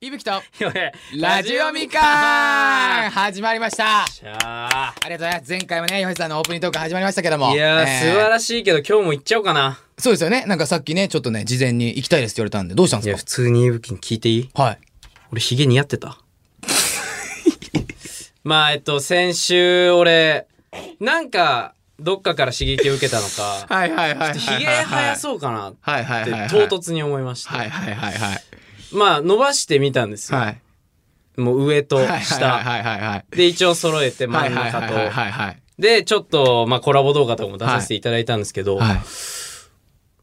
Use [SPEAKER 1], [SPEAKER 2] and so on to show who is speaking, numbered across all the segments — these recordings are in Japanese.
[SPEAKER 1] いぶきと
[SPEAKER 2] よえ
[SPEAKER 1] ラジオみかん始まりましたあ
[SPEAKER 2] しゃ
[SPEAKER 1] りがとうございます前回もねよへさんのオープニングトーク始まりましたけども
[SPEAKER 2] ーいやー、素晴
[SPEAKER 1] い
[SPEAKER 2] らしいけど今日も行っちゃおうかな
[SPEAKER 1] そうですよねなんかさっきねちょっとね事前に行きたいですって言われたんでどうしたん
[SPEAKER 2] いや
[SPEAKER 1] です
[SPEAKER 2] 普通に伊吹に聞いていい
[SPEAKER 1] かはい
[SPEAKER 2] 俺ヒゲ似合っ てたまあえっと先週俺なんかどっかから刺激を受けたの か
[SPEAKER 1] はいはいはい
[SPEAKER 2] ヒゲ生やそうかなっ
[SPEAKER 1] はいはいはいは
[SPEAKER 2] て
[SPEAKER 1] い
[SPEAKER 2] 唐突に思いました、
[SPEAKER 1] はいはいはいはい
[SPEAKER 2] まあ伸ばしてみたんですよ、
[SPEAKER 1] はい
[SPEAKER 2] もう上と
[SPEAKER 1] はい
[SPEAKER 2] 下、
[SPEAKER 1] はいはいはい
[SPEAKER 2] で一応揃えて
[SPEAKER 1] は
[SPEAKER 2] 真
[SPEAKER 1] い
[SPEAKER 2] ん
[SPEAKER 1] はい
[SPEAKER 2] 中と、
[SPEAKER 1] はいはいはいはい
[SPEAKER 2] でちょっと、まあ、コラボ動画とかも出させていただいたんですけど、
[SPEAKER 1] はい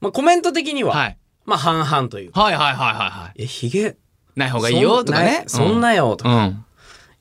[SPEAKER 2] まあ、コメント的には、
[SPEAKER 1] はい
[SPEAKER 2] まあ半々というか。
[SPEAKER 1] はいはいはいは
[SPEAKER 2] え、ヒゲ
[SPEAKER 1] いない方がいいよとかね
[SPEAKER 2] そんなそんなよと
[SPEAKER 1] う
[SPEAKER 2] か。
[SPEAKER 1] んうん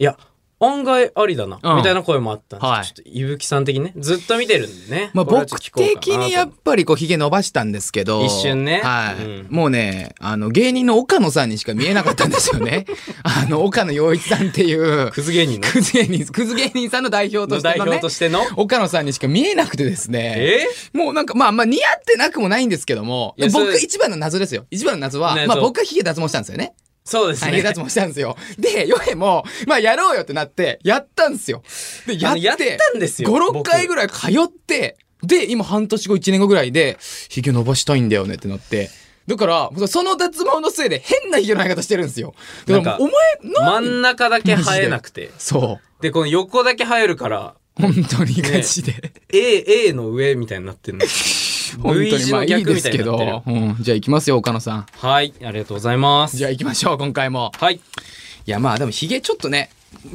[SPEAKER 2] いや、案外ありだな、
[SPEAKER 1] うん
[SPEAKER 2] みたいな声もあったんです、
[SPEAKER 1] はい
[SPEAKER 2] ちょっと、いぶきさん的にね、ずっと見てるんでね。
[SPEAKER 1] まあ、
[SPEAKER 2] これはちょっ
[SPEAKER 1] 僕
[SPEAKER 2] と聞こうかな
[SPEAKER 1] 的にやっぱりこうひげ伸ばしたんですけど
[SPEAKER 2] 一瞬ね
[SPEAKER 1] はい
[SPEAKER 2] うん
[SPEAKER 1] もうねあの芸人の岡野さんにしか見えなかったんですよ ねあの岡野陽一さんっていう
[SPEAKER 2] クズ芸人の
[SPEAKER 1] クズ芸人クズ芸人さんの代表と
[SPEAKER 2] の
[SPEAKER 1] して
[SPEAKER 2] 代
[SPEAKER 1] の
[SPEAKER 2] 表
[SPEAKER 1] ね
[SPEAKER 2] としての。
[SPEAKER 1] 岡野さんにしか見えなくてですね
[SPEAKER 2] え
[SPEAKER 1] もうなんかまあまあ似合ってなくもないんですけども
[SPEAKER 2] いやそ
[SPEAKER 1] 僕
[SPEAKER 2] れ
[SPEAKER 1] 一番の謎ですよ一番の謎は、
[SPEAKER 2] ね
[SPEAKER 1] まあ、
[SPEAKER 2] そう
[SPEAKER 1] 僕はひげ脱毛したんですよね
[SPEAKER 2] そうです
[SPEAKER 1] はいひげ
[SPEAKER 2] ね。
[SPEAKER 1] 脱毛したんですよでヨヘもまあやろうよってなってやったんですよでや
[SPEAKER 2] あ
[SPEAKER 1] っ
[SPEAKER 2] の
[SPEAKER 1] て
[SPEAKER 2] やったんですよ。
[SPEAKER 1] 56回ぐ
[SPEAKER 2] らい。
[SPEAKER 1] らい通ってで今半年後1年後ぐらいでひげ伸ばしたいんだよねってなってだからその脱毛のせいで変なひげの生え方してるんですよだからもうお前
[SPEAKER 2] 真
[SPEAKER 1] なん
[SPEAKER 2] 中だけ生えなくて。
[SPEAKER 1] そ
[SPEAKER 2] で、この横だけ生えるから、
[SPEAKER 1] う本当にガチで、
[SPEAKER 2] A、A の上みたいになってるの。
[SPEAKER 1] 本
[SPEAKER 2] V
[SPEAKER 1] 当に
[SPEAKER 2] 字
[SPEAKER 1] まあ
[SPEAKER 2] の
[SPEAKER 1] いい
[SPEAKER 2] 逆
[SPEAKER 1] で
[SPEAKER 2] み
[SPEAKER 1] す
[SPEAKER 2] たいに
[SPEAKER 1] け
[SPEAKER 2] なって
[SPEAKER 1] ど。、
[SPEAKER 2] る
[SPEAKER 1] うん、じゃあ行きますよ岡野さん
[SPEAKER 2] はい、ありがとうございます。
[SPEAKER 1] じゃあ行きましょう今回も
[SPEAKER 2] はい。
[SPEAKER 1] いやまあでもひげちょっとね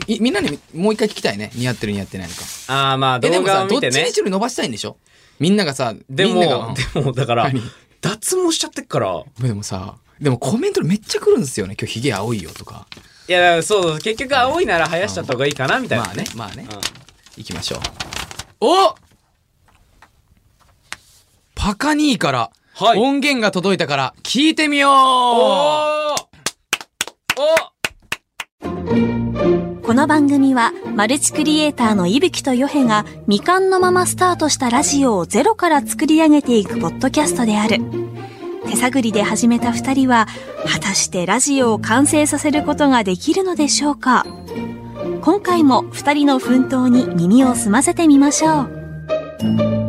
[SPEAKER 1] いみんなにもう一回聞きたいね似合ってる似合ってないのか
[SPEAKER 2] あーまあ
[SPEAKER 1] えで
[SPEAKER 2] 動
[SPEAKER 1] も
[SPEAKER 2] 画
[SPEAKER 1] さ
[SPEAKER 2] を
[SPEAKER 1] どっち
[SPEAKER 2] 見てね
[SPEAKER 1] に。しろ伸ばしたいんでしょみんながさ
[SPEAKER 2] で
[SPEAKER 1] みんながう
[SPEAKER 2] も
[SPEAKER 1] ん、
[SPEAKER 2] でもだから
[SPEAKER 1] 何、
[SPEAKER 2] 脱毛しちゃってっから。
[SPEAKER 1] でもさでもコメントでめっちゃ来るんですよね今日ひげ青いよとか
[SPEAKER 2] いや、だからそうそう、結局青いなら生やしちゃった方がいいかな、みたい
[SPEAKER 1] ま
[SPEAKER 2] な
[SPEAKER 1] あね。まあね、
[SPEAKER 2] うん
[SPEAKER 1] 行きましょう。おパカニーから、
[SPEAKER 2] はい
[SPEAKER 1] 音源が届いたから聞いてみよう
[SPEAKER 2] おーお
[SPEAKER 3] この番組はマルチクリエイターの伊吹とヨヘが未完のままスタートしたラジオをゼロから作り上げていくポッドキャストである手探りで始めた二人は果たしてラジオを完成させることができるのでしょうか今回も二人の奮闘に耳を澄ませてみましょう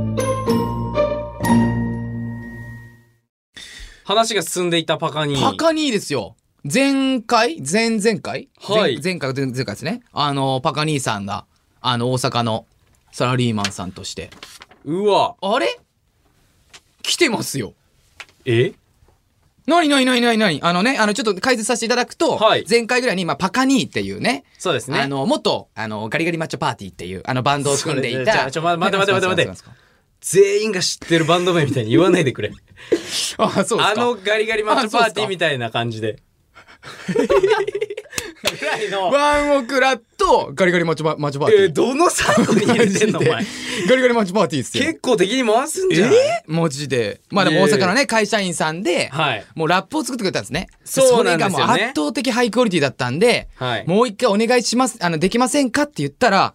[SPEAKER 2] 話が進んでいたパカに。
[SPEAKER 1] パカニーですよ。前回前々回
[SPEAKER 2] はい
[SPEAKER 1] 前前回前々回ですね。あの、パカニーさんが、あの、大阪のサラリーマンさんとして。
[SPEAKER 2] うわ。
[SPEAKER 1] あれ来てますよ。
[SPEAKER 2] え
[SPEAKER 1] なになになになになにあのね、あの、ちょっと解説させていただくと、
[SPEAKER 2] はい
[SPEAKER 1] 前回ぐらいに、まあ、パカニーっていうね、
[SPEAKER 2] そうです
[SPEAKER 1] あ
[SPEAKER 2] ね。
[SPEAKER 1] の元あのガリガリマッチョパーティーっていうあのバンドを組んでい
[SPEAKER 2] それじゃ
[SPEAKER 1] た
[SPEAKER 2] あちょ待って待って待って待って
[SPEAKER 1] て
[SPEAKER 2] 全員が知ってるバンド名みたいに言わない でくれ。
[SPEAKER 1] あそうです
[SPEAKER 2] あ
[SPEAKER 1] か
[SPEAKER 2] のガリガリマッチョパーティ
[SPEAKER 1] あそうっすか
[SPEAKER 2] ーみたいな感じで。 ぐらいの。
[SPEAKER 1] ワンオクラとガリガリマッチョパマッチョパーティ
[SPEAKER 2] え
[SPEAKER 1] ー
[SPEAKER 2] ー、どのサンドに入れてんの、
[SPEAKER 1] マ
[SPEAKER 2] お
[SPEAKER 1] ジで
[SPEAKER 2] 前。
[SPEAKER 1] ガリガリマッチョパーティーっすよ
[SPEAKER 2] 結構敵に回すんじゃん。
[SPEAKER 1] 文字でまあでも大阪のね会社員さんで、
[SPEAKER 2] はい
[SPEAKER 1] もうラップを作ってくれたんですね
[SPEAKER 2] そうなんですよね
[SPEAKER 1] それがもう圧倒的ハイクオリティだったんで、
[SPEAKER 2] はい
[SPEAKER 1] もう一回お願いしますあのできませんかって言ったら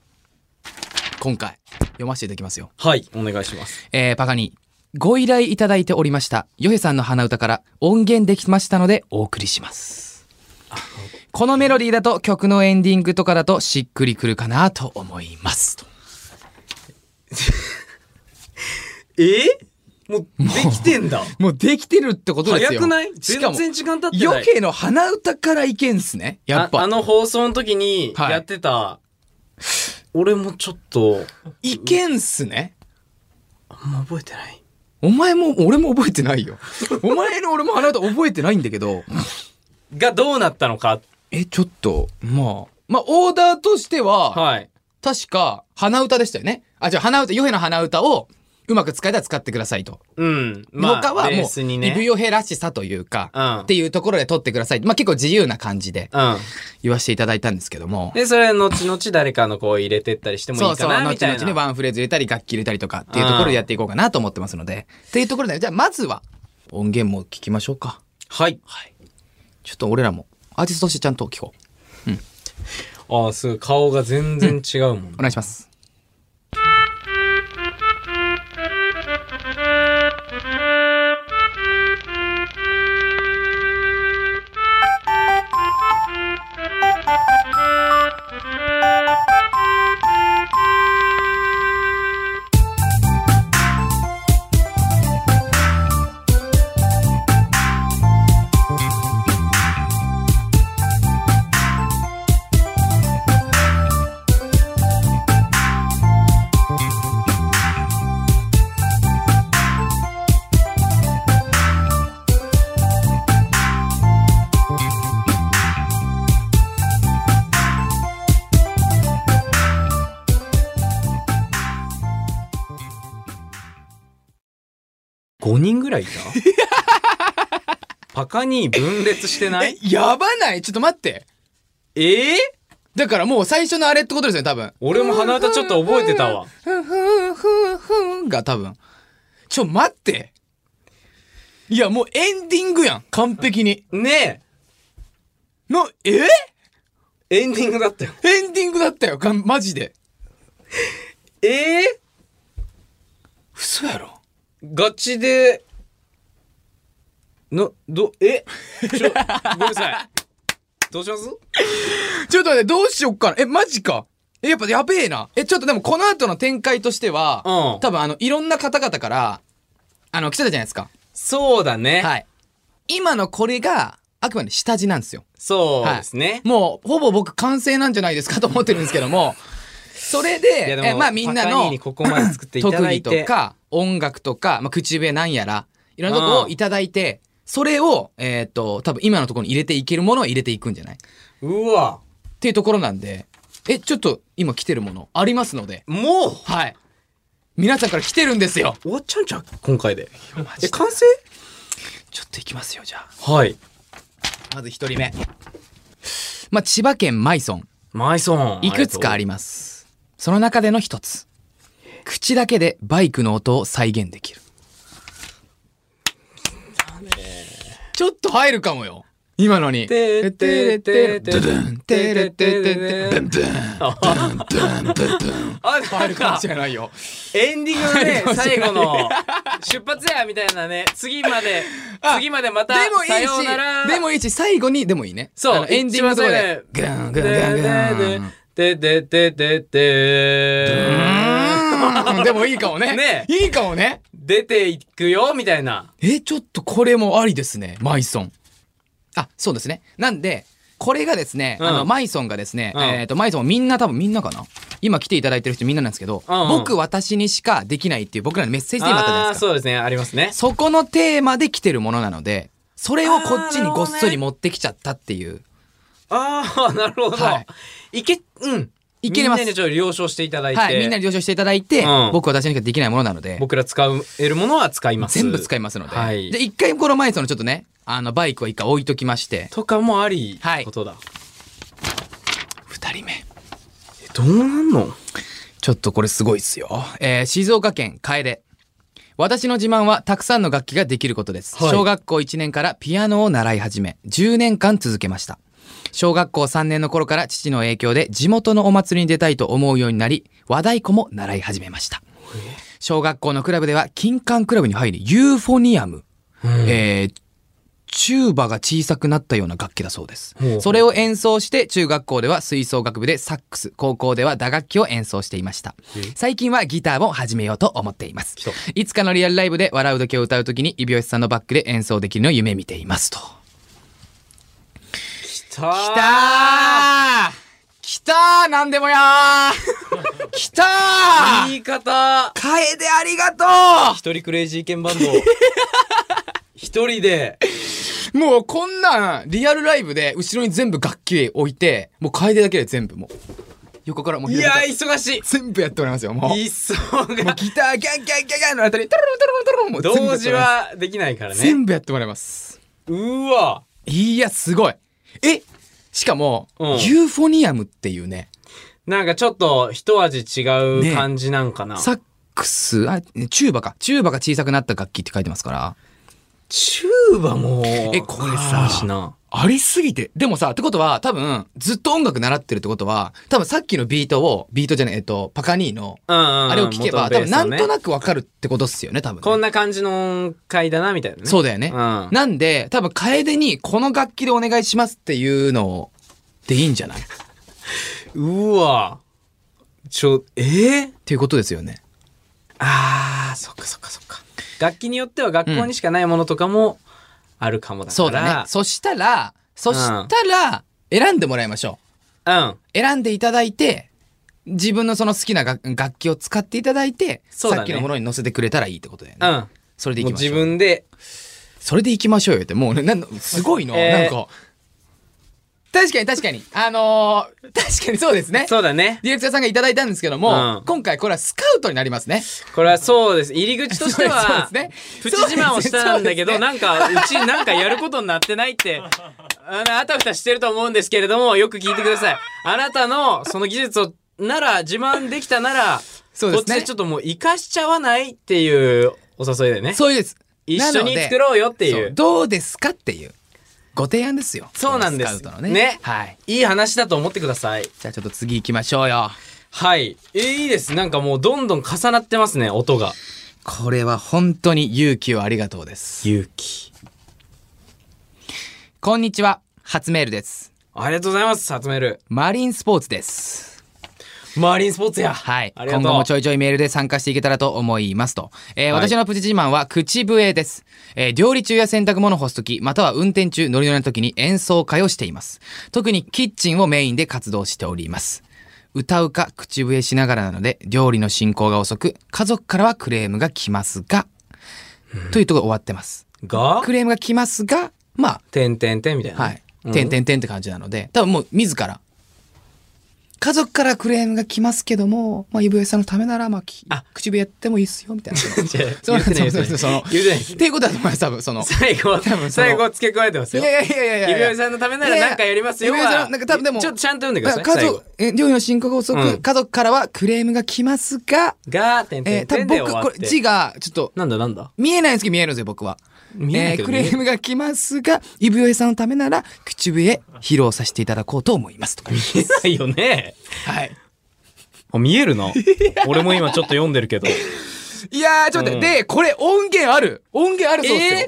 [SPEAKER 1] 今回読ませていただきますよ
[SPEAKER 2] はい、お願いします。
[SPEAKER 1] えー、パカニーご依頼いただいておりました、ヨヘさんの鼻歌から音源できましたのでお送りします。このメロディーだと曲のエンディングとかだとしっくりくるかなと思います。
[SPEAKER 2] えもう、できてんだ。
[SPEAKER 1] もうできてるってことですよ。
[SPEAKER 2] 早くない
[SPEAKER 1] しか
[SPEAKER 2] 全
[SPEAKER 1] も、
[SPEAKER 2] 然時間経って
[SPEAKER 1] ヨ
[SPEAKER 2] ない。
[SPEAKER 1] ヘの鼻歌からいけんすね。やっぱ。
[SPEAKER 2] ああの放送の時に
[SPEAKER 1] はい
[SPEAKER 2] やってた、俺もちょっと
[SPEAKER 1] いけんすね。
[SPEAKER 2] あんま覚えてない
[SPEAKER 1] お前も、俺も覚えてない よ。お前の俺も鼻歌覚えてないんだけど、
[SPEAKER 2] がどうなったのか
[SPEAKER 1] え、ちょっと、まあ、まあ、オーダーとしては、
[SPEAKER 2] はい
[SPEAKER 1] 確か、鼻歌でしたよね。あ、じゃあ鼻歌、ヨヘの鼻歌を、うまく使えたら使ってくださいと。
[SPEAKER 2] うんまあ
[SPEAKER 1] 他は
[SPEAKER 2] ベ
[SPEAKER 1] も
[SPEAKER 2] ース
[SPEAKER 1] う、
[SPEAKER 2] に
[SPEAKER 1] イブ
[SPEAKER 2] ね
[SPEAKER 1] ヨヘらしさというか、
[SPEAKER 2] うん
[SPEAKER 1] っていうところで撮ってください。まあ結構自由な感じで
[SPEAKER 2] うん
[SPEAKER 1] 言わせていただいたんですけども。
[SPEAKER 2] でそれ後々誰かの声入れてったりしてもいいかなみ
[SPEAKER 1] 後
[SPEAKER 2] たい
[SPEAKER 1] 々
[SPEAKER 2] な
[SPEAKER 1] ね、ワンフレーズ入れたり、楽器入れたりとかっていうところでやっていこうかなと思ってますので。っていうところで、じゃあまずは、音源も聞きましょうか。
[SPEAKER 2] はい
[SPEAKER 1] ちょっと俺らも、アーティストとしてちゃんと聞こう。
[SPEAKER 2] ああすごい顔が全然違うもん、
[SPEAKER 1] お願いします。
[SPEAKER 4] 「
[SPEAKER 2] 5人ぐらい いたパカに分裂してない
[SPEAKER 1] え、やばないちょっと待って。
[SPEAKER 2] えー、
[SPEAKER 1] だからもう最初のあれってことですよね、多分。
[SPEAKER 2] 俺も鼻歌ちょっと覚えてたわ。
[SPEAKER 1] ふんふんふんふんが多分。ちょ、待って。いや、もうエンディングやん。完璧に。
[SPEAKER 2] ね
[SPEAKER 1] の、え
[SPEAKER 2] えエンディングだったよ
[SPEAKER 1] エンディングだったよ。かんマジで。
[SPEAKER 2] ええ
[SPEAKER 1] 嘘やろ。
[SPEAKER 2] ガチでなどえちょごめんなさいどうします
[SPEAKER 1] ちょっと待って、どうしよっかな。え、マジか。え、やっぱやべえな。え、ちょっとでもこの後の展開としては、
[SPEAKER 2] うん
[SPEAKER 1] 多分あの、いろんな方々から、あの、来てたじゃないですか。
[SPEAKER 2] そうだね、
[SPEAKER 1] はい。今のこれが、あくまで下地なんですよ。
[SPEAKER 2] そうですね、
[SPEAKER 1] もう、ほぼ僕完成なんじゃないですかと思ってるんですけど も、それ
[SPEAKER 2] い
[SPEAKER 1] で、
[SPEAKER 2] やで
[SPEAKER 1] え
[SPEAKER 2] も
[SPEAKER 1] まあみんな
[SPEAKER 2] パカニー
[SPEAKER 1] の
[SPEAKER 2] にここまで作っていた
[SPEAKER 1] 特
[SPEAKER 2] だい
[SPEAKER 1] 技
[SPEAKER 2] て
[SPEAKER 1] とか、音楽とか、まあ口笛なんやら、いろんなとこ
[SPEAKER 2] う
[SPEAKER 1] を
[SPEAKER 2] ん
[SPEAKER 1] いただいて、それを、えーっと、多分今のところに入れていけるものを入れていくんじゃないう
[SPEAKER 2] わ
[SPEAKER 1] っていうところなんで、え、ちょっと今来てるものありますので、
[SPEAKER 2] もう
[SPEAKER 1] はい。皆さんから来てるんですよ。
[SPEAKER 2] 終わっちゃうんちゃう今回で
[SPEAKER 1] マ
[SPEAKER 2] え
[SPEAKER 1] ジで
[SPEAKER 2] 完成
[SPEAKER 1] ちょっと行きますよ、じゃあ。
[SPEAKER 2] はい
[SPEAKER 1] まず一人目。まあ、千葉県マイソン。
[SPEAKER 2] マイソン
[SPEAKER 1] いくつかあり
[SPEAKER 2] ま
[SPEAKER 1] ます。その中での一つ。口だけでバイクの音を再現できる。ちょっと入るかもよ。今のに。
[SPEAKER 2] てれてれてれてれ
[SPEAKER 1] ドゥンてれてれてれドゥンドゥン
[SPEAKER 2] すあ
[SPEAKER 1] 入
[SPEAKER 2] なん
[SPEAKER 1] るかも
[SPEAKER 2] か
[SPEAKER 1] しれないよ。
[SPEAKER 2] エンディングの
[SPEAKER 1] 入
[SPEAKER 2] ね
[SPEAKER 1] るかもし
[SPEAKER 2] 最
[SPEAKER 1] れない
[SPEAKER 2] 後の出発やみたいなね次まで
[SPEAKER 1] あ
[SPEAKER 2] 次までまた
[SPEAKER 1] でもい
[SPEAKER 2] さ
[SPEAKER 1] い
[SPEAKER 2] ようなら
[SPEAKER 1] し、でもいいし、最後にでもいいね。
[SPEAKER 2] そう
[SPEAKER 1] あのエンディングのとこで。ガンガンガンガン。
[SPEAKER 2] ででででで
[SPEAKER 1] うーんでもいいかもね。
[SPEAKER 2] ね
[SPEAKER 1] いいかもね。
[SPEAKER 2] 出ていくよみたいな
[SPEAKER 1] え、ちょっとこれもありですね。マイソン。あ、そうですね。なんで、これがですね、
[SPEAKER 2] うん
[SPEAKER 1] あの、マイソンがですね、
[SPEAKER 2] うん
[SPEAKER 1] えっ、と、マイソンみんな多分みんなかな今来ていただいてる人みんななんですけど、
[SPEAKER 2] うんうん
[SPEAKER 1] 僕私にしかできないっていう僕らのメッセージテーマあったじゃない
[SPEAKER 2] あ
[SPEAKER 1] で
[SPEAKER 2] ー
[SPEAKER 1] すか。
[SPEAKER 2] そうですねありますね
[SPEAKER 1] そこのテーマで来てるものなので、それをこっちにごっそり持ってきちゃったっていう。
[SPEAKER 2] ああなるほど
[SPEAKER 1] はい
[SPEAKER 2] いけうん
[SPEAKER 1] いけれます
[SPEAKER 2] みんなにちょっと了承していただいて
[SPEAKER 1] はい、みんなに了承していただいて、
[SPEAKER 2] うん
[SPEAKER 1] 僕私にしかできないものなので、
[SPEAKER 2] 僕ら使えるものは使います
[SPEAKER 1] 全部使
[SPEAKER 2] い
[SPEAKER 1] いますので。
[SPEAKER 2] はい
[SPEAKER 1] で、一回このマイソンのちょっとね、あの、バイクを一回置いときまして、
[SPEAKER 2] とかもあり
[SPEAKER 1] はい
[SPEAKER 2] ことだ、
[SPEAKER 1] 二人目。
[SPEAKER 2] えどうなんの
[SPEAKER 1] ちょっとこれすごいっすよ。えー静岡県楓。私の自慢はたくさんの楽器ができることです。
[SPEAKER 2] はい
[SPEAKER 1] 小学校1年からピアノを習い始め、10年間続けました。小学校3年の頃から父の影響で地元のお祭りに出たいと思うようになり、和太鼓も習い始めました。小学校のクラブでは金管クラブに入り、ユーフォニアム、えーチューバが小さくなったような楽器だそうです
[SPEAKER 2] ほうほう。
[SPEAKER 1] それを演奏して中学校では吹奏楽部でサックス、高校では打楽器を演奏していました
[SPEAKER 2] え。
[SPEAKER 1] 最近はギターも始めようと思っています
[SPEAKER 2] 来た。
[SPEAKER 1] いつかのリアルライブで笑う時を歌う時に指押しさんのバックで演奏できるのを夢見ていますと。きたー
[SPEAKER 2] きたき
[SPEAKER 1] きたーなんでもやーきたー
[SPEAKER 2] 言い方
[SPEAKER 1] 楓ありがと
[SPEAKER 2] 一人クレイジーケンバ ンド一人で
[SPEAKER 1] うもうこんなんリアルライブで後ろに全部楽器置いて、もう楓だけで全部もう。横からもう
[SPEAKER 2] い
[SPEAKER 1] 左
[SPEAKER 2] や
[SPEAKER 1] から
[SPEAKER 2] ー忙しい
[SPEAKER 1] 全部やっておりますよ、もう。
[SPEAKER 2] 忙
[SPEAKER 1] もう
[SPEAKER 2] が
[SPEAKER 1] ギター、ギャンギャンギャンギャンのあたり、トロロトロロトロもう全部や
[SPEAKER 2] 同
[SPEAKER 1] ってもらいます
[SPEAKER 2] 時はできないからね
[SPEAKER 1] 全部やってもらいます。
[SPEAKER 2] うわ
[SPEAKER 1] いや、すごい。えしかも、
[SPEAKER 2] うん
[SPEAKER 1] ユーフォニアムっていうね、
[SPEAKER 2] なんかちょっと一味違
[SPEAKER 1] ね
[SPEAKER 2] う
[SPEAKER 1] え
[SPEAKER 2] 感じなんかな、
[SPEAKER 1] サックス、あ、チューバか。チューバが小さくなった楽器って書いてますから。
[SPEAKER 2] チューバもえ
[SPEAKER 1] これさ
[SPEAKER 2] な
[SPEAKER 1] ありすぎて。でもさ、ってことは、多分、ずっと音楽習ってるってことは、多分さっきのビートを、ビートじゃない、えっと、パカニーの、
[SPEAKER 2] うんうんうん
[SPEAKER 1] あれを聞けば、
[SPEAKER 2] 元
[SPEAKER 1] 多
[SPEAKER 2] のベー
[SPEAKER 1] 分
[SPEAKER 2] スの
[SPEAKER 1] な
[SPEAKER 2] ね
[SPEAKER 1] んとなくわかるってことっすよね、多分ね、
[SPEAKER 2] こんな感じの音階だなみたいなね
[SPEAKER 1] そうだよね。
[SPEAKER 2] うん
[SPEAKER 1] なんで、多分、楓に、この楽器でお願いしますっていうのでいいんじゃないっ
[SPEAKER 2] うわちょえー、
[SPEAKER 1] ていうことですよね。
[SPEAKER 2] あーそっかそっかそっか楽器によっては学校にしかないものとかもあるかもだから、
[SPEAKER 1] そうだね。そしたら、そしたら、選んでもらいましょ
[SPEAKER 2] うん
[SPEAKER 1] う。選んでいただいて、自分のその好きな楽楽器を使っていただいて、
[SPEAKER 2] そうだね
[SPEAKER 1] さっきのものに乗せてくれたらいいってことだよ
[SPEAKER 2] う
[SPEAKER 1] ね。
[SPEAKER 2] ん
[SPEAKER 1] それでいき
[SPEAKER 2] もう
[SPEAKER 1] まし
[SPEAKER 2] 自
[SPEAKER 1] ょう。
[SPEAKER 2] 分で
[SPEAKER 1] それでいきましょうよって、もうね、なんすごいな、
[SPEAKER 2] えー
[SPEAKER 1] なんか。確確かに確かに。あのー確かにそうですね。
[SPEAKER 2] そうだね。
[SPEAKER 1] ディレクターさんがいただいたんですけども、
[SPEAKER 2] うん
[SPEAKER 1] 今回これはスカウトになりますね。
[SPEAKER 2] これはそうです。入り口としては、
[SPEAKER 1] そうですね
[SPEAKER 2] プチ自慢をしたんだけど、
[SPEAKER 1] そうですね
[SPEAKER 2] なんか、うちなんかやることになってないって、あのあたふたしてると思うんですけれども、よく聞いてください。あなたのその技術を、なら、自慢できたなら、
[SPEAKER 1] そうですね
[SPEAKER 2] こっちでちょっともう生かしちゃわないっていうお誘いだよね。
[SPEAKER 1] そうです。
[SPEAKER 2] 一緒に作
[SPEAKER 1] う
[SPEAKER 2] ろうよってい
[SPEAKER 1] そう
[SPEAKER 2] う。
[SPEAKER 1] どうですかっていうご提案ですよ。
[SPEAKER 2] そうなんです
[SPEAKER 1] スカウトのね。
[SPEAKER 2] ね
[SPEAKER 1] はい。
[SPEAKER 2] いい話だと思ってください。
[SPEAKER 1] じゃあちょっと次行きましょうよ。
[SPEAKER 2] はい。えーいいです。なんかもうどんどん重なってますね、音が。
[SPEAKER 1] これは本当に勇気をありがとうです。
[SPEAKER 2] 勇気。
[SPEAKER 1] こんにちは。初メールです。
[SPEAKER 2] ありがとうございます、サツメル。
[SPEAKER 1] マリンスポーツです。
[SPEAKER 2] マリンスポーツや。
[SPEAKER 1] はい。
[SPEAKER 2] ありがと
[SPEAKER 1] 今
[SPEAKER 2] う。
[SPEAKER 1] 後もちょいちょいメールで参加していけたらと思いますと。えー
[SPEAKER 2] はい
[SPEAKER 1] 私のプチ自慢は口笛です。えー料理中や洗濯物を干すとき、または運転中、乗り乗りのときに演奏会をしています。特にキッチンをメインで活動しております。歌うか口笛しながらなので、料理の進行が遅く、家族からはクレームが来ますが、というところ終わってます。
[SPEAKER 2] が
[SPEAKER 1] クレームが来ますが、ま
[SPEAKER 2] てんてんてんみたい
[SPEAKER 1] あ、
[SPEAKER 2] な。
[SPEAKER 1] はい。
[SPEAKER 2] うん
[SPEAKER 1] てんてんてんって感じなので、多分もう自ら。家族からクレームが来ますけども、まあ、ゆぶえさんのためなら、まあ、き
[SPEAKER 2] あ
[SPEAKER 1] 口笛やってもいいっすよ、みたいな。 そ
[SPEAKER 2] 違う
[SPEAKER 1] うなんです
[SPEAKER 2] 言
[SPEAKER 1] よ。
[SPEAKER 2] って
[SPEAKER 1] そ
[SPEAKER 2] な
[SPEAKER 1] う
[SPEAKER 2] い
[SPEAKER 1] ですその、っ
[SPEAKER 2] 言ってない
[SPEAKER 1] ていうことだと思います、多分、その。
[SPEAKER 2] 最後、
[SPEAKER 1] 多分その
[SPEAKER 2] 最後付け加えてます
[SPEAKER 1] い
[SPEAKER 2] よ。
[SPEAKER 1] やいやいやいやいや。
[SPEAKER 2] 指輪さんのためなら何かやりますよは。
[SPEAKER 1] いやいやゆぶえさん、なんか多分でも、
[SPEAKER 2] ちょっとちゃんと読んでください。
[SPEAKER 1] 家
[SPEAKER 2] 最後
[SPEAKER 1] 族、え料理の進行が遅く、
[SPEAKER 2] うん
[SPEAKER 1] 家族からはクレームが来ますが、
[SPEAKER 2] が、てん
[SPEAKER 1] え
[SPEAKER 2] て
[SPEAKER 1] ー
[SPEAKER 2] ん
[SPEAKER 1] 多分
[SPEAKER 2] てんで終
[SPEAKER 1] 僕、
[SPEAKER 2] わ
[SPEAKER 1] こ
[SPEAKER 2] っ
[SPEAKER 1] れ
[SPEAKER 2] て。
[SPEAKER 1] 字が、ちょっと、
[SPEAKER 2] なんだなんだ
[SPEAKER 1] 見えないんですけど見えるんですよ、僕は。
[SPEAKER 2] 見えないけど
[SPEAKER 1] えー
[SPEAKER 2] 見え
[SPEAKER 1] クレームが来ますが、イブヨエさんのためなら、口笛披露させていただこうと思い ます。とか。
[SPEAKER 2] 見えないよね。
[SPEAKER 1] はい。
[SPEAKER 2] あ見える な。俺も今ちょっと読んでるけど。
[SPEAKER 1] いやー、ちょっと待って、
[SPEAKER 2] うん
[SPEAKER 1] で、これ音源ある音源あるそうですよ。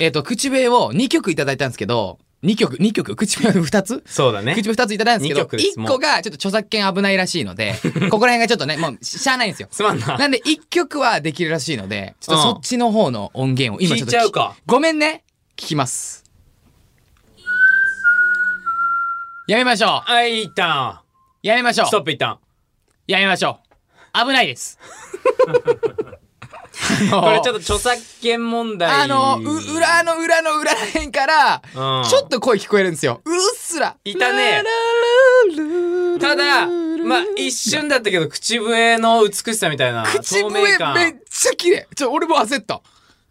[SPEAKER 1] え
[SPEAKER 2] え
[SPEAKER 1] っ、と、口笛を2曲いただいたんですけど、2曲、2曲、口笛2つ
[SPEAKER 2] そうだね。
[SPEAKER 1] 口笛2ついただいたんですけど、
[SPEAKER 2] 二曲です
[SPEAKER 1] 1個がちょっと著作権危ないらしいの で、ここら辺がちょっとね、もうししゃあないんですよ。
[SPEAKER 2] すまんな。
[SPEAKER 1] なんで1曲はできるらしいので、ちょっと
[SPEAKER 2] うん
[SPEAKER 1] そっちの方の音源を今ちょっと
[SPEAKER 2] 聞いちゃうか
[SPEAKER 1] ごめんね。聞きます。やめましょう。
[SPEAKER 2] はい、一旦。
[SPEAKER 1] やめましょう
[SPEAKER 2] ス。トップ一旦。
[SPEAKER 1] やめましょう。危ないです。
[SPEAKER 2] これちょっと
[SPEAKER 1] と
[SPEAKER 2] 著作権問題。
[SPEAKER 1] あの、う裏の裏の裏らへんから、
[SPEAKER 2] うん
[SPEAKER 1] ちょっと声聞こえるんですよ。うっすら。
[SPEAKER 2] いたねただ、まあ、一瞬だったけど、口笛の美しさみたいな。
[SPEAKER 1] 口
[SPEAKER 2] 透
[SPEAKER 1] 笛
[SPEAKER 2] 明感
[SPEAKER 1] めっちゃ綺麗。ちょ、俺も焦った。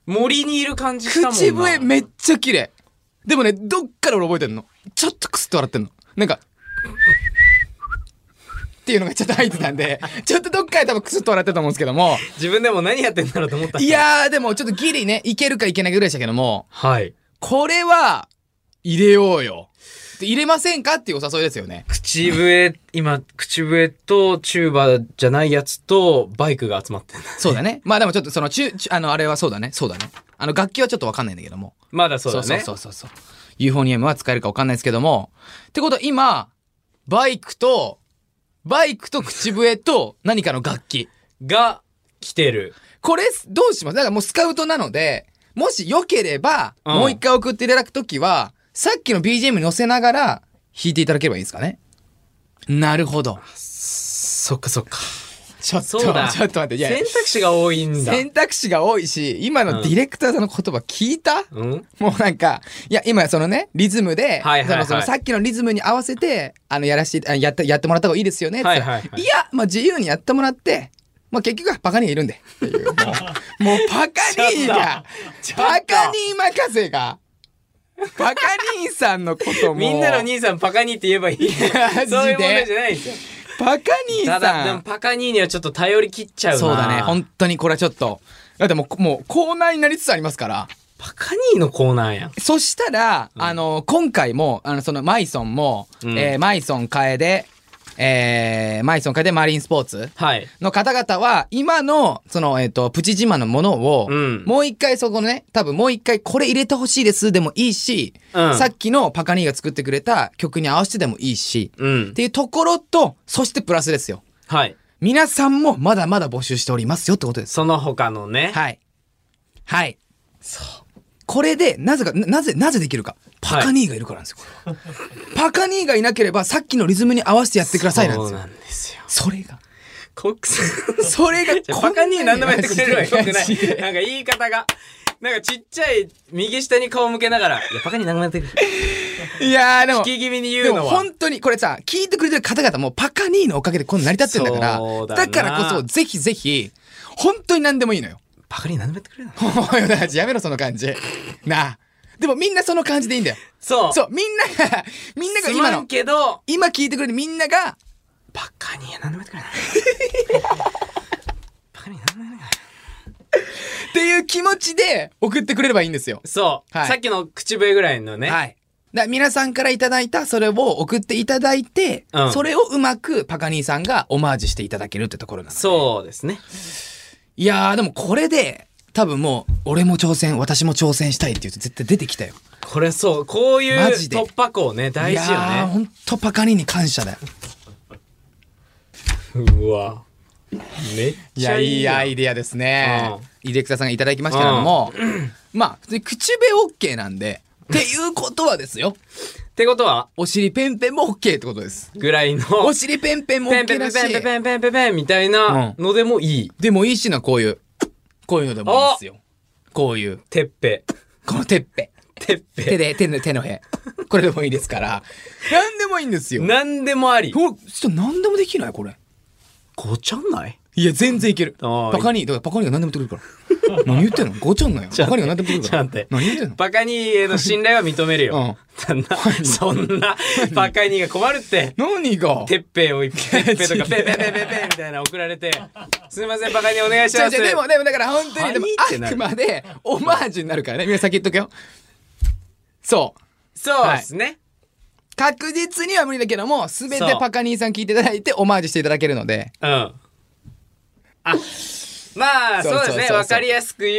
[SPEAKER 2] 森にいる感じしたもんな。
[SPEAKER 1] 口笛めっちゃ綺麗。でもね、どっから俺覚えてんのちょっとクスッと笑ってんの。なんか、っていうのがちょっと入ってたんで、ちょっとどっから多分クスッと笑ってたと思うんですけども、
[SPEAKER 2] 自分でも何やってんだろうと思った。
[SPEAKER 1] い。やーでもちょっとギリね、いけるかいけないかぐらいでしたけども、
[SPEAKER 2] はい。
[SPEAKER 1] これは、入れようよ。で入れませんかっていうお誘いですよね。
[SPEAKER 2] 口笛、今、口笛とチューバーじゃないやつとバイクが集まってんだ。
[SPEAKER 1] そうだね。まあでもちょっとその、ちゅ、ちゅあの、あれはそうだね。そうだね。あの、楽器はちょっとわかんないんだけども。
[SPEAKER 2] まだそうだね。
[SPEAKER 1] そうそうそうそう。ユーフォニアムは使えるかわかんないですけども。ってことは今、バイクと、バイクと口笛と何かの楽器。
[SPEAKER 2] が来てる。
[SPEAKER 1] これ、どうしますだからもうスカウトなので、もし良ければ、
[SPEAKER 2] うん
[SPEAKER 1] もう一回送っていただくときは、さっきの BGM に乗せながら弾いていただければいいですかね。なるほど。
[SPEAKER 2] そっかそっか。
[SPEAKER 1] ちょっと、ち
[SPEAKER 2] そ
[SPEAKER 1] ょ
[SPEAKER 2] うだ。
[SPEAKER 1] っと待って。いやいや
[SPEAKER 2] 選択肢が多いんだ。
[SPEAKER 1] 選択肢が多いし、今のディレクターさんの言葉聞いた、
[SPEAKER 2] うん
[SPEAKER 1] もうなんか、いや、今そのね、リズムで、
[SPEAKER 2] はいはいはい
[SPEAKER 1] そのそのさっきのリズムに合わせて、あの、やらして、あやって、やってもらった方がいいですよね。
[SPEAKER 2] はいはいはい
[SPEAKER 1] いや、まあ自由にやってもらって、まあ結局はバカにいる んで。っていうもう、もうバカにが、バカに任せが、バカにさんのことも、
[SPEAKER 2] みんなの兄さんパカニーって言えばいい。
[SPEAKER 1] や
[SPEAKER 2] そう
[SPEAKER 1] マジで
[SPEAKER 2] いう問題じゃないですよ。
[SPEAKER 1] バカに
[SPEAKER 2] ただ、で
[SPEAKER 1] さ
[SPEAKER 2] も
[SPEAKER 1] ん。
[SPEAKER 2] パカニーにはちょっと頼り切っちゃうな。
[SPEAKER 1] そうだね、本当にこれはちょっと。だってもう、もうコーナーになりつつありますから。
[SPEAKER 2] パカニーのコーナーやん。
[SPEAKER 1] そしたら、あの、今回も、あの、その、マイソンも、
[SPEAKER 2] うん
[SPEAKER 1] えーマイソン楓、えーマイソン楓マリンスポーツ
[SPEAKER 2] はい。
[SPEAKER 1] の方々は、今の、その、えっ、と、プチ自慢のものを、
[SPEAKER 2] うん
[SPEAKER 1] もう一回そこのね、多分もう一回これ入れてほしいですでもいいし、
[SPEAKER 2] うん
[SPEAKER 1] さっきのパカニーが作ってくれた曲に合わせてでもいいし、
[SPEAKER 2] う
[SPEAKER 1] っ
[SPEAKER 2] ん。
[SPEAKER 1] ていうところと、そしてプラスですよ。
[SPEAKER 2] はい。
[SPEAKER 1] 皆さんもまだまだ募集しておりますよってことです。
[SPEAKER 2] その他のね。
[SPEAKER 1] はい。はい。これで、なぜか、ななぜ、なぜできるか。パカニーがいるからなんですよ、これはパカニーがいなければ、さっきのリズムに合わせてやってくださいなんで
[SPEAKER 2] そう
[SPEAKER 1] すよ。
[SPEAKER 2] なんですよ。
[SPEAKER 1] それが。
[SPEAKER 2] 国産。
[SPEAKER 1] それが、
[SPEAKER 2] バカに何でもやってくれるわよくな
[SPEAKER 1] マジ
[SPEAKER 2] い。
[SPEAKER 1] で
[SPEAKER 2] なんか言い方が。なんかちっちゃい右下に顔向けながら、いや、バカに何でもやってくれる。
[SPEAKER 1] いやーでも
[SPEAKER 2] 聞き気味に
[SPEAKER 1] で
[SPEAKER 2] 言う
[SPEAKER 1] も
[SPEAKER 2] のは。
[SPEAKER 1] 本当にこれさ聞いてくれてる方々もパカニーのおかげでこんな成り立ってるんだから
[SPEAKER 2] そうだな
[SPEAKER 1] だからこそぜひぜひ本当に何でもいいのよ。
[SPEAKER 2] バカに何でもやってくれな。
[SPEAKER 1] おいおだちやめろその感じ。なあでもみんなその感じでいいんだよ。
[SPEAKER 2] そう。
[SPEAKER 1] そうみんながみんなが
[SPEAKER 2] す
[SPEAKER 1] 今
[SPEAKER 2] まん
[SPEAKER 1] の
[SPEAKER 2] けど、
[SPEAKER 1] 今聞いてくれてみんなが
[SPEAKER 2] バカに何でもやってくれな。 バカに何でもやってくれな。
[SPEAKER 1] っていう気持ちで送ってくれればいいんですよ。
[SPEAKER 2] そう、
[SPEAKER 1] はい
[SPEAKER 2] さっきの口笛ぐらいのね。
[SPEAKER 1] はい。だから皆さんからいただいたそれを送っていただいて、
[SPEAKER 2] うん
[SPEAKER 1] それをうまくパカニーさんがオマージュしていただけるってところなので
[SPEAKER 2] そうですね。
[SPEAKER 1] いやーでもこれで多分もう俺も挑戦私も挑戦したいって言うと絶対出てきたよ
[SPEAKER 2] これそう、こういう
[SPEAKER 1] マジで
[SPEAKER 2] 突破口ね、大事
[SPEAKER 1] いやー
[SPEAKER 2] よね。
[SPEAKER 1] ほんとパカニーに感謝だよ
[SPEAKER 2] うわ。めっ
[SPEAKER 1] い
[SPEAKER 2] ちゃ
[SPEAKER 1] や
[SPEAKER 2] い
[SPEAKER 1] い
[SPEAKER 2] い
[SPEAKER 1] い
[SPEAKER 2] や
[SPEAKER 1] アイディアですね
[SPEAKER 2] うん
[SPEAKER 1] イデクサさんがいただきましたけども、まあ普通に口笛 OK なんでっていうことはですよ
[SPEAKER 2] ってことは、
[SPEAKER 1] お尻ペンペンも OK ってことです
[SPEAKER 2] ぐらいの、
[SPEAKER 1] お尻ペンペンも
[SPEAKER 2] ペンペ
[SPEAKER 1] OK
[SPEAKER 2] ンペ
[SPEAKER 1] だ
[SPEAKER 2] ン
[SPEAKER 1] し
[SPEAKER 2] ペンペンペンペンペンペンみたいなのでもいい。
[SPEAKER 1] でもいいしなこういうこういうのでもいいですよこういう
[SPEAKER 2] てっぺ。
[SPEAKER 1] このてっぺ
[SPEAKER 2] てっ
[SPEAKER 1] 手
[SPEAKER 2] ぺ。
[SPEAKER 1] で手の手のへこれでもいいです から何でもいいんですよ
[SPEAKER 2] 何でもあり。
[SPEAKER 1] これ、ちょっと何でもできないこれ。
[SPEAKER 2] ごちゃんない
[SPEAKER 1] いや、全然いける。
[SPEAKER 2] あー
[SPEAKER 1] バカに、だからバカにが何でも言ってくるから。 何言ってんのごちゃんなよ。
[SPEAKER 2] ちょ
[SPEAKER 1] バ
[SPEAKER 2] っ
[SPEAKER 1] カ
[SPEAKER 2] と
[SPEAKER 1] にが何でも言ってくるから。
[SPEAKER 2] ちょっと
[SPEAKER 1] 何言ってんの
[SPEAKER 2] バカニーへの信頼は認めるよ。そんな、バカニーが困るって。
[SPEAKER 1] 何が
[SPEAKER 2] てっぺいを、てっぺいとか、
[SPEAKER 1] 違
[SPEAKER 2] ぺ
[SPEAKER 1] う
[SPEAKER 2] ぺぺぺぺみたいなの送られて、すいません、バカニーお願いし
[SPEAKER 1] 違
[SPEAKER 2] ま
[SPEAKER 1] う
[SPEAKER 2] す。
[SPEAKER 1] 違うでも、でも、だから本当に、でも
[SPEAKER 2] 何って、な
[SPEAKER 1] あ
[SPEAKER 2] る
[SPEAKER 1] くまで、オマージュになるからね。皆さん先言っとくよ。そう。
[SPEAKER 2] そうですね。
[SPEAKER 1] 確実には無理だけども、すべて
[SPEAKER 2] そう
[SPEAKER 1] パカ兄さん聞いていただいて、オマージュしていただけるので。
[SPEAKER 2] うん。あ、
[SPEAKER 1] そうそうそ
[SPEAKER 2] まあ、そうです
[SPEAKER 1] う
[SPEAKER 2] ね。
[SPEAKER 1] そう
[SPEAKER 2] わかりやすく言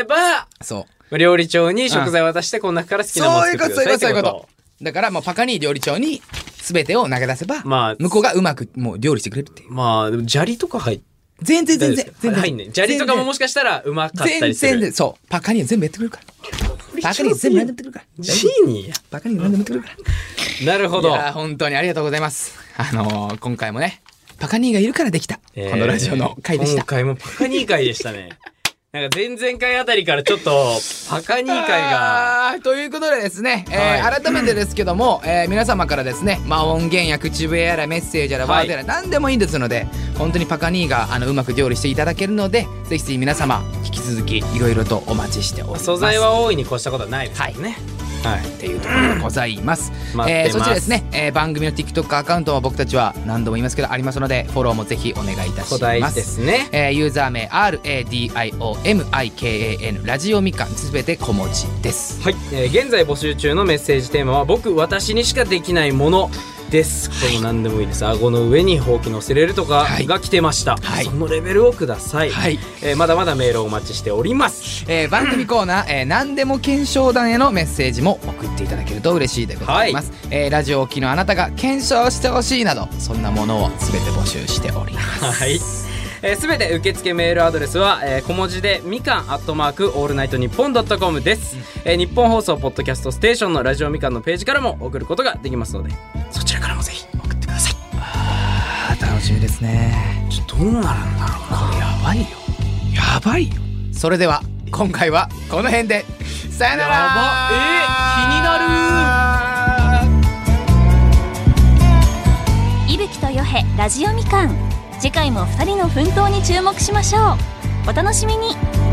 [SPEAKER 2] えば、
[SPEAKER 1] そう。
[SPEAKER 2] 料理長に食材渡して、この中から好きなものを
[SPEAKER 1] そうい
[SPEAKER 2] 作
[SPEAKER 1] うこと、
[SPEAKER 2] ってくだ
[SPEAKER 1] そういうこ
[SPEAKER 2] さいっ
[SPEAKER 1] と、そう
[SPEAKER 2] て
[SPEAKER 1] いうこと
[SPEAKER 2] こ
[SPEAKER 1] と。。だから、もうパカ兄料理長に、すべてを投げ出せば、
[SPEAKER 2] まあ
[SPEAKER 1] 向こうがうまく、もう料理してくれるっていう。
[SPEAKER 2] まあ、でも砂利とか入って。
[SPEAKER 1] 全然全
[SPEAKER 2] 全
[SPEAKER 1] 然
[SPEAKER 2] 然。
[SPEAKER 1] 全然。
[SPEAKER 2] 入んね。砂利とかももしかしたらうまかったり
[SPEAKER 1] 全
[SPEAKER 2] する。
[SPEAKER 1] 然でそうパカニーは全部やってくれるからパカニーは全部やってくれるから
[SPEAKER 2] ジーニーや。
[SPEAKER 1] パカニーは全部やってくれるから
[SPEAKER 2] なるほ
[SPEAKER 1] い
[SPEAKER 2] ど。
[SPEAKER 1] やー本当にありがとうございますあのー今回もねパカニーがいるからできた、
[SPEAKER 2] えー
[SPEAKER 1] このラジオの回でした
[SPEAKER 2] 今回もパカニー回でしたね。なんか前々回あたりからちょっとパカニー回が。
[SPEAKER 1] あーということでですね、えー
[SPEAKER 2] は
[SPEAKER 1] 改めてですけども、えー皆様からですね、まあ、音源や口笛やらメッセージやら
[SPEAKER 2] はい
[SPEAKER 1] ワードやら何でもいいですので、本当にパカ兄があのうまく料理していただけるのでぜひぜひ皆様引き続きいろいろとお待ちしております。
[SPEAKER 2] 素材は大いに越したことはないですよね。はい。
[SPEAKER 1] っていうところでございます。
[SPEAKER 2] 待ってます
[SPEAKER 1] えーそしてですね、えー番組の TikTok アカウントも僕たちは何度も言いますけどありますのでフォローもぜひお願いいたし
[SPEAKER 2] 古代
[SPEAKER 1] ま。
[SPEAKER 2] ですすね。
[SPEAKER 1] えーユーザー名 RADIOMIKAN ラジオみかんすべて小文字です。
[SPEAKER 2] はい、えー現在募集中のメッセージテーマは「僕私にしかできないもの」です、この何でもいいです顎の上にほうき乗せれるとか
[SPEAKER 1] はい
[SPEAKER 2] が来てました、
[SPEAKER 1] はい
[SPEAKER 2] そのレベルをください、
[SPEAKER 1] はい
[SPEAKER 2] えーまだまだメールをお待ちしております
[SPEAKER 1] えー番組コーナー、 えー何でも検証団へのメッセージも送っていただけると嬉しいでございます、えーラジオをお聞きのあなたが検証してほしいなどそんなものをすべて募集しております
[SPEAKER 2] はいえーすべ、て受付メールアドレスは、えー小文字でみかんアットマークオールナイトニッポンドットコムです、えー日本放送ポッドキャストステーションのラジオみかんのページからも送ることができますのでそちらからもぜひ送ってください
[SPEAKER 1] あー楽しみですね
[SPEAKER 2] ちょっとどうなるんだろうなこれやばいよやばいよ
[SPEAKER 1] それでは今回はこの辺でさよなら
[SPEAKER 2] やばえ
[SPEAKER 1] 気になる
[SPEAKER 3] 伊吹とよへラジオみかん次回も2人の奮闘に注目しましょうお楽しみに